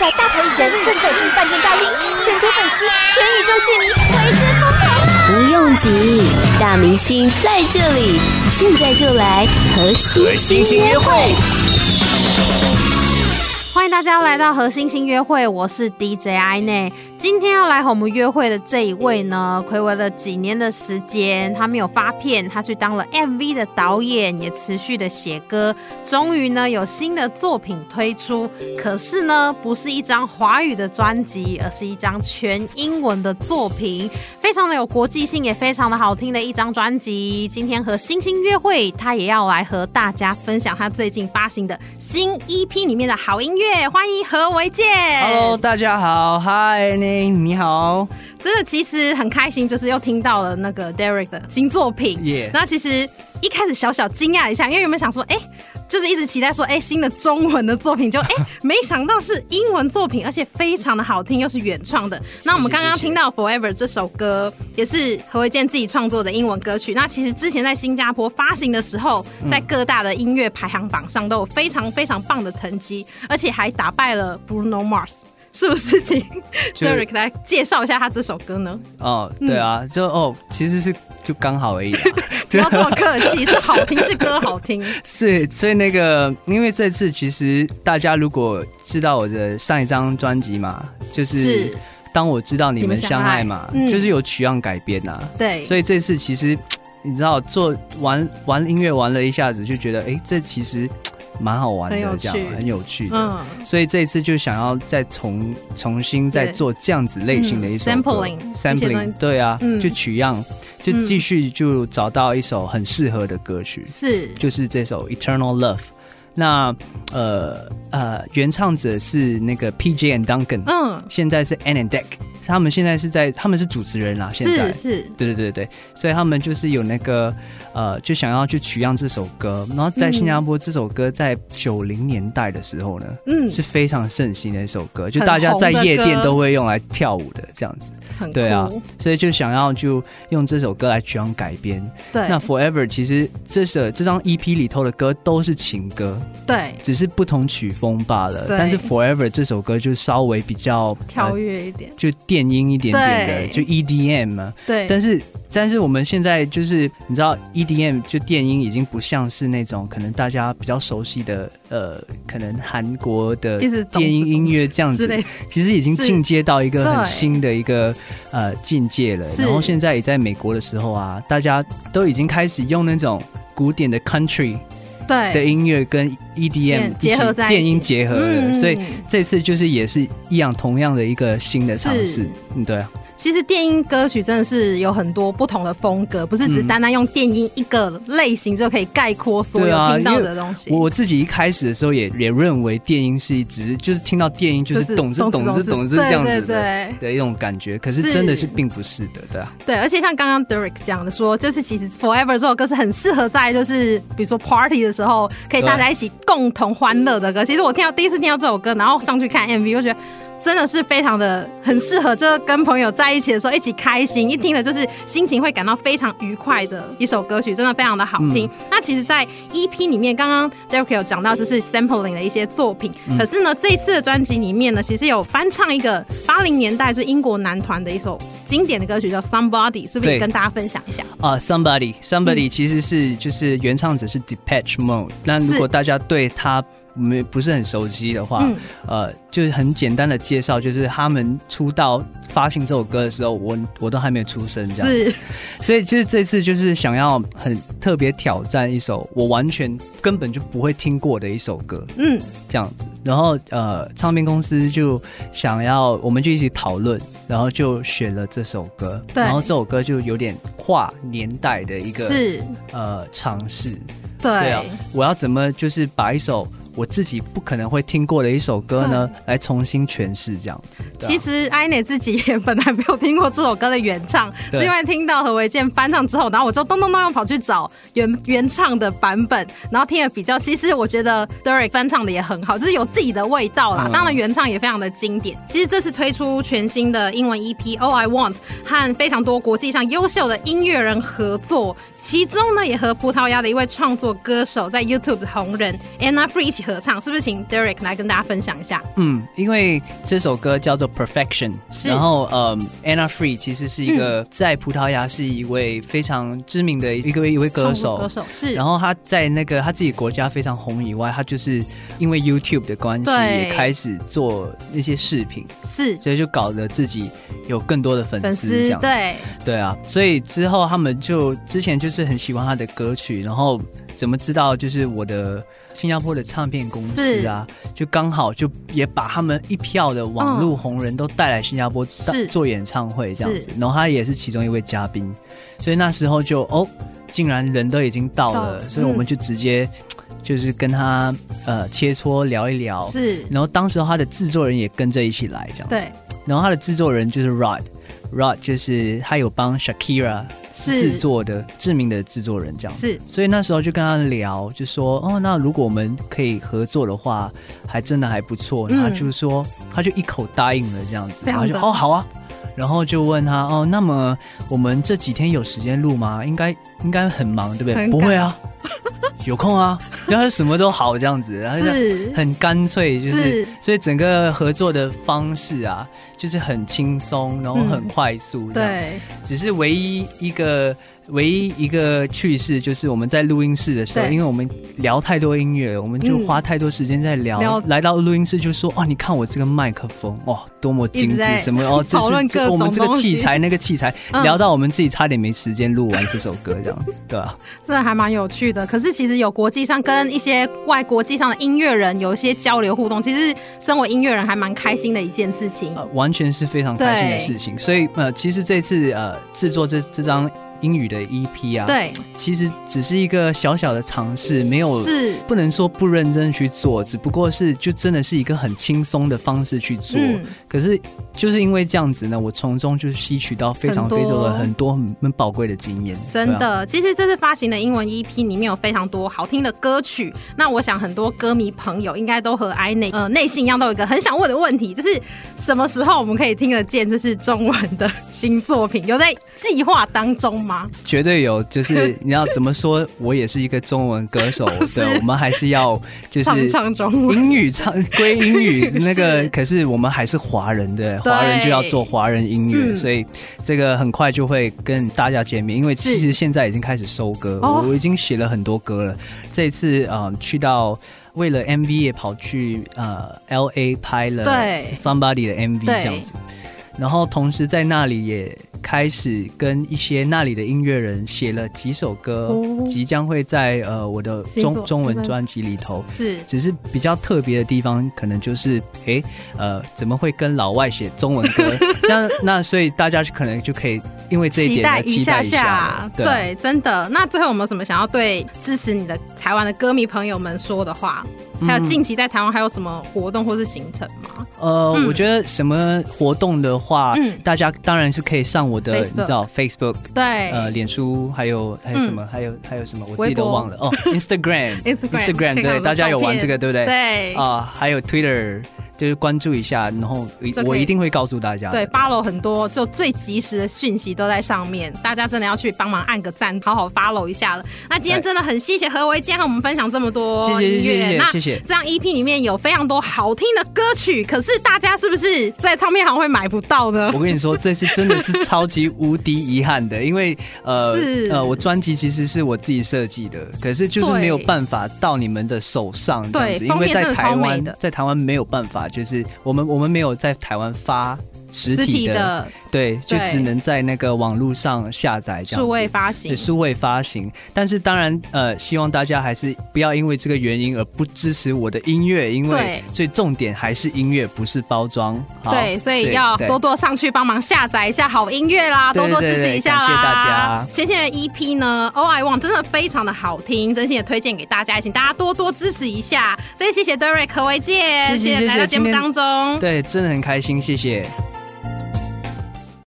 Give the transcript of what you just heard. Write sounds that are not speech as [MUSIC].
在大牌艺人正走进饭店大厅，全球粉丝、全宇宙戏迷为之疯狂了。不用急，大明星在这里，现在就来和和星星星约会，欢迎大家来到和星星约会，我是 DJ I 内。今天要来和我们约会的这一位呢，暌违了几年的时间，他没有发片，他去当了 MV 的导演，也持续的写歌，终于呢有新的作品推出。可是呢，不是一张华语的专辑，而是一张全英文的作品，非常的有国际性，也非常的好听的一张专辑。今天和星星约会，他也要来和大家分享他最近发行的新 EP 里面的好音乐，欢迎何为健。 Hello，大家好，Hi，你你好，真的其实很开心，就是又听到了那个 Derek 的新作品。 Yeah 那其实一开始小小惊讶一下，因为原本想说，哎、就是一直期待说，哎、新的中文的作品就， [LAUGHS] 哎、没想到是英文作品，而且非常的好听，又是原创的。那我们刚刚 [LAUGHS] 谢谢听到 Forever 这首歌，也是何维健自己创作的英文歌曲。那其实之前在新加坡发行的时候，在各大的音乐排行榜上都有非常非常棒的成绩，而且还打败了 Bruno Mars。是不是请 [LAUGHS] 就 Derek 来介绍一下他这首歌呢？哦，嗯对啊，就哦，其实是就刚好 [LAUGHS] 而已、啊，不要这么客气，是好听是歌好听，是，所以那个，因为这次其实大家如果知道我的上一张专辑嘛， [LAUGHS] 就是是当我知道你们相爱嘛，你们相爱嗯就是有取样改编呐、啊对，所以这次其实你知道做玩玩音乐玩了一下子，就觉得哎、诶这其实蛮好玩很有的，趣这样很有趣的。嗯所以这一次就想要再重重新再对做这样子类型的一首嗯歌、 sampling 一些东西 sampling，对啊，嗯就取样，就嗯继续就找到一首很适合的歌曲，是就是这首 Eternal Love。那呃呃，原唱者是那个 PJ and Duncan，、嗯现在是 Ann and Deck，他们现在是在他们是主持人啦，现在是是对对对对，所以他们就是有那个呃，就想要去取样这首歌，然后在新加坡这首歌在九零年代的时候呢，嗯是非常盛行的一首歌，就很大家在红的夜店歌都会用来跳舞的这样子，很酷对啊，所以就想要就用这首歌来取样改编。对那 Forever 其实这首这张 EP 里头的歌都是情歌，对只是不同曲风罢了。对但是 Forever 这首歌就稍微比较跳呃跃一点，就电音一点点的，对就 E EDM 嘛、对，但是，但是我们现在就是你知道，EDM 就电音已经不像是那种可能大家比较熟悉的，呃，可能韩国的一直懂电音音乐这样之子类，的其实已经是进阶到一个很对新的一个呃境界了。是然后现在也在美国的时候啊，大家都已经开始用那种古典的 country 的对，音乐跟 E EDM 结合在一起嗯电音结合了，所以这次就是也是一样同样的一个新的尝试是，嗯，对啊，其实电音歌曲真的是有很多不同的风格，不是只嗯单单用电音一个类型就可以概括所对啊有听到因为的东西。我我自己一开始的时候也也认为电音是只是就是听到电音就就是是懂之懂之懂懂之之懂之这样对子对的的一种感觉，可是是真的是并不是的，对啊，对，而且像刚刚 Derek 讲的说，就是其实 Forever 这首歌是很适合在就是比如说 party 的时候，可以对大家一起共同欢乐的歌。其实我听到第一次听到这首歌，然后上去看 MV，我觉得。真的是非常的很适合，就是跟朋友在一起的时候一起开心，一听了就是心情会感到非常愉快的一首歌曲，真的非常的好听。那其实，在 EP 里面，刚刚 Derek 有讲到就是 sampling 的一些作品，可是呢，这一次的专辑里面呢，其实有翻唱一个八零年代就是英国男团的一首经典的歌曲叫 Somebody，是不是对也跟大家分享一下？啊，Somebody 嗯 Somebody 其实是就是原唱者是 Depeche Mode，那如果大家对他没不是很熟悉的话，嗯呃，就是很简单的介绍，就是他们出道发行这首歌的时候，我我都还没有出生这样，是所以就是这次就是想要很特别挑战一首我完全根本就不会听过的一首歌，嗯，这样子。然后呃，唱片公司就想要，我们就一起讨论，然后就选了这首歌。对然后这首歌就有点跨年代的一个是，呃尝试。对，对啊，我要怎么就是把一首我自己不可能会听过的一首歌呢，来重新诠释这样子。对嗯啊其实 i n 自己也本来没有听过这首歌的原唱，对是因为听到何维健翻唱之后，然后我就咚咚咚又跑去找原原唱的版本，然后听了比较，其实我觉得 Derek 翻唱的也很好，就是有自己的味道啦。嗯当然原唱也非常的经典。其实这次推出全新的英文 EP《All I Want》，和非常多国际上优秀的音乐人合作，其中呢也和葡萄牙的一位创作歌手在 YouTube 的红人 Anna Free 一起合唱，是不是请 Derek 来跟大家分享一下？嗯，因为这首歌叫做 Perfection，是嗯然后嗯，Anna Free 其实是一个、在葡萄牙是一位非常知名的一个一位歌中手，国歌手是，然后他在那个他自己国家非常红以外，他就是因为 YouTube 的关系对也开始做那些视频，是所以就搞得自己有更多的粉粉丝这丝样子。对，对啊，所以之后他们就之前就是很喜欢他的歌曲，然后怎么知道就是我的新加坡的唱片公司啊，就刚好就也把他们一票的网络红人都带来新加坡当是做演唱会这样子是，然后他也是其中一位嘉宾，所以那时候就哦，竟然人都已经到到了，了所以我们嗯就直接就是跟他呃切磋聊一聊，是，然后当时候他的制作人也跟着一起来这样子。对，然后他的制作人就是 Rod。Rod 就是他有帮 Shakira 是制作的知名的制作人这样子，是所以那时候就跟他聊，就说哦，那如果我们可以合作的话，还真的还不错。然后他就说，他就一口答应了这样子，嗯非然常后的就哦好啊，然后就问他哦，那么我们这几天有时间录吗？应该应该很忙对不对？很赶不会啊，有 [LAUGHS] 空啊，然后他就什么都好这样子，然后就是很干脆，就是是所以整个合作的方式啊，就是很轻松，然后很快速、这样，嗯对，只是唯一一个唯一一个趣事就是我们在录音室的时候，对因为我们聊太多音乐，我们就嗯花太多时间在聊。聊来到录音室就说：“哦，你看我这个麦克风，哦，多么一精直致在，什 [LAUGHS] 么哦，这讨论是这个各我种们这个东西器材那个器材，嗯聊到我们自己差点没时间录完这首歌，这样子，对吧、真的还蛮有趣的。可是其实有国际上跟一些外国际上的音乐人有一些交流互动，其实身为音乐人还蛮开心的一件事情。呃，完全是非常开心的事情。所以呃，其实这次呃制作这这张英语的 EP 啊，，对，其实只是一个小小的尝试，没有是，不能说不认真去做，只不过是就真的是一个很轻松的方式去做。啊嗯，可是就是因为这样子呢，我从中就吸取到非常很多非常的很多很很宝贵的经验，真对啊。的，其实这次发行的英文 EP 里面有非常多好听的歌曲。那我想很多歌迷朋友应该都和 I 内呃内心一样，都有一个很想问的问题，就是什么时候我们可以听得见就是中文的新作品？有在计划当中吗？绝对有，就是你要怎么说，我也是一个中文歌手， [LAUGHS] 是对，我们还是要就是唱唱中文，英语唱归英 [LAUGHS] 语，是那个可是我们还是华人的，对华人就要做华人音乐，嗯所以这个很快就会跟大家见面。因为其实是现在已经开始收歌，哦我已经写了很多歌了。这次呃去到。为了 MV 也跑去呃 L A 拍了对 Somebody 的 MV 对这样子，然后同时在那里也开始跟一些那里的音乐人写了几首歌，哦即将会在呃我的新作中中新文作专辑里头是只是比较特别的地方，可能就是诶，呃，怎么会跟老外写中文 [LAUGHS] 歌？像那所以大家可能就可以因为这一期点待而期待下一下了，啊对，真的。那最后有没有什么想要对支持你的台湾的歌迷朋友们说的话？嗯还有近期在台湾还有什么活动或是行程吗？呃，嗯我觉得什么活动的话，嗯大家当然是可以上我的， Facebook 你知道 Facebook。对，呃，脸书还有还有什么？还有还有什么？我自己哎嗯微博都忘了 [LAUGHS] 哦。Instagram，Instagram， Instagram 可以看我对，的大家有照玩片这个对不对？对啊，还有 Twitter，就是关注一下，然后就可以我一定会告诉大家的。对，follow 很多就最及时的讯息都在上面，大家真的要去帮忙按个赞，好好 follow 一下了。那今天对真的很谢谢何维，今天和我们分享这么多谢谢音谢乐。谢那谢谢这张 EP 里面有非常多好听的歌曲，可是大家是不是在唱片行会买不到呢 [LAUGHS] 我？跟你说，这次真的是超级无敌遗憾的，因为呃是呃，我专辑其实是我自己设计的，可是就是对没有办法到你们的手上这样子，对因为封面真在的台超美湾的，在台湾没有办法，就是我们我们没有在台湾发实体的，的对，就对只能在那个网络上下载这样子。数位发行对，数位发行，但是当然，呃，希望大家还是不要因为这个原因而不支持我的音乐，因为对最重点还是音乐，不是包装。好对，所以要对多多上去帮忙下载一下好音乐啦，对多多对支持一下啦。对对感谢大家全新的 EP 呢，All I Want 真的非常的好听，真心也推荐给大家，也请大家多多支持一下。再谢谢 Derek 何维健，谢谢谢谢来到节目今天当中。对，真的很开心，谢谢。